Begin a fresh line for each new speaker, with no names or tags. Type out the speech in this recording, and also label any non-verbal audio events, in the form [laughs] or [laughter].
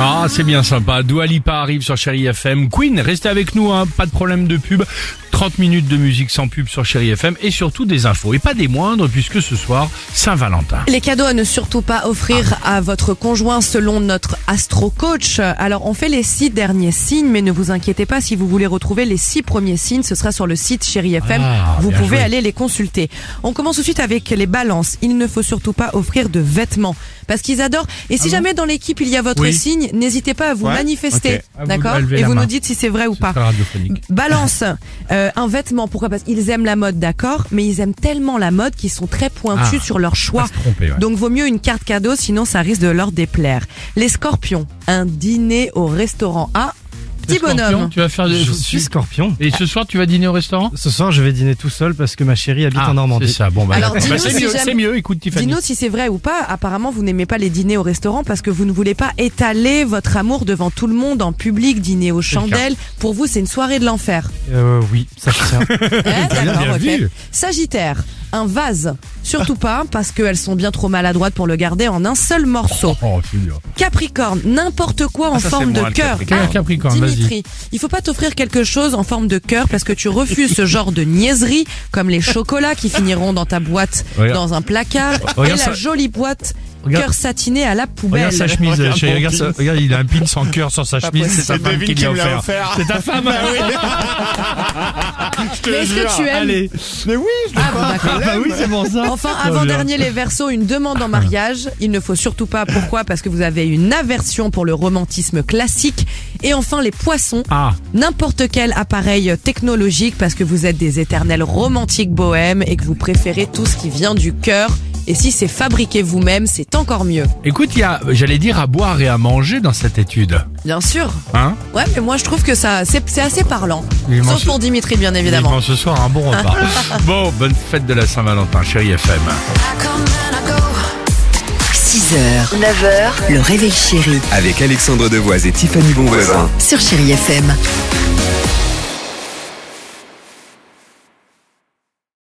Ah, c'est bien sympa. Dua Lipa arrive sur Chéri FM. Queen, restez avec nous, hein. pas de problème de pub. 30 minutes de musique sans pub sur Chéri FM et surtout des infos. Et pas des moindres puisque ce soir, Saint-Valentin.
Les cadeaux à ne surtout pas offrir
Ah.
à votre conjoint selon notre astro coach. Alors on fait les six derniers signes, mais ne vous inquiétez pas si vous voulez retrouver les six premiers signes, ce sera sur le site Chéri FM.
Ah,
vous
bien
pouvez
joué.
aller les consulter. On commence tout de suite avec les balances. Il ne faut surtout pas offrir de vêtements parce qu'ils adorent. Et si jamais dans l'équipe il y a votre
Ah Oui.
signe, n'hésitez pas à vous
Ouais. Ok.
manifester,
À vous de
d'accord
lever
Et
la
vous
main.
nous dites si c'est vrai ou
C'est
pas.
très radiophonique.
Balance, euh, un vêtement, pourquoi Parce qu'ils aiment la mode, d'accord, mais ils aiment tellement la mode qu'ils sont très pointus
Ah,
sur leur choix.
Pas se tromper, ouais.
Donc vaut mieux une carte cadeau, sinon ça risque de leur déplaire. Les scorpions, un dîner au restaurant A. Petit
Le scorpion,
bonhomme.
Tu vas faire des...
Je suis scorpion.
Et ce soir, tu vas dîner au restaurant
Ce soir, je vais dîner tout seul parce que ma chérie habite
Ah,
en
C'est
Normandie.
ça, bon, bah, [laughs]
Alors,
bah,
dis-nous
c'est
si
mieux,
jamais-
c'est mieux. Écoute, Tiffany.
Dis-nous si c'est vrai ou pas. Apparemment, vous n'aimez pas les dîners au restaurant parce que vous ne voulez pas étaler votre amour devant tout le monde en public, dîner aux
le cas.
chandelles. Pour vous, c'est une soirée
[laughs]
de l'enfer.
Euh, oui, ça
[laughs]
tient.
Hein, d'accord,
Eh, bien
ok.
vu.
Sagittaire, un vase. Surtout pas parce qu'elles sont bien trop maladroites pour le garder en un seul morceau.
Oh, Ah, c'est dur.
Capricorne, n'importe quoi en
ça, c'est
forme
moi,
de
le
cœur.
Capricorne.
Quel Capricorne, vas-y.
Dimitri, il faut pas t'offrir quelque chose en forme de cœur parce que tu refuses ce genre de niaiserie comme les chocolats qui finiront dans ta boîte,
Regarde.
dans un placard et la
Regarde ça.
jolie boîte
Regarde.
cœur satiné à la poubelle.
Regarde sa chemise,
Regarde
chérie,
mon
regarde,
jean.
sa- regarde, il a un pin sans cœur sur sa chemise, c'est sa femme qui lui a offert. C'est ta
[laughs]
femme
Bah
[laughs]
Mais est-ce que tu aimes
Allez.
Ah bon, d'accord.
Ah bah oui, c'est bon ça.
Enfin,
Très bien.
avant-dernier, les versos, une demande en mariage. Il ne faut surtout pas. Pourquoi Parce que vous avez une aversion pour le romantisme classique. Et enfin, les poissons.
Ah,
n'importe quel appareil technologique parce que vous êtes des éternels romantiques bohèmes et que vous préférez tout ce qui vient du cœur. Et si c'est fabriqué vous-même, c'est encore mieux.
écoute, il y a, j'allais dire, à boire et à manger dans cette étude.
Bien sûr.
Hein
Ouais, mais moi je trouve que ça, c'est c'est assez parlant.
Vivement
Sauf
ce-
pour Dimitri, bien évidemment.
Vivement ce soir, un bon repas. bon, bonne fête de la Saint-Valentin, chérie FM.
6h, 9h, le réveil chéri
Avec Alexandre Devoise et Tiffany Bonvoisin.
sur Chéri FM.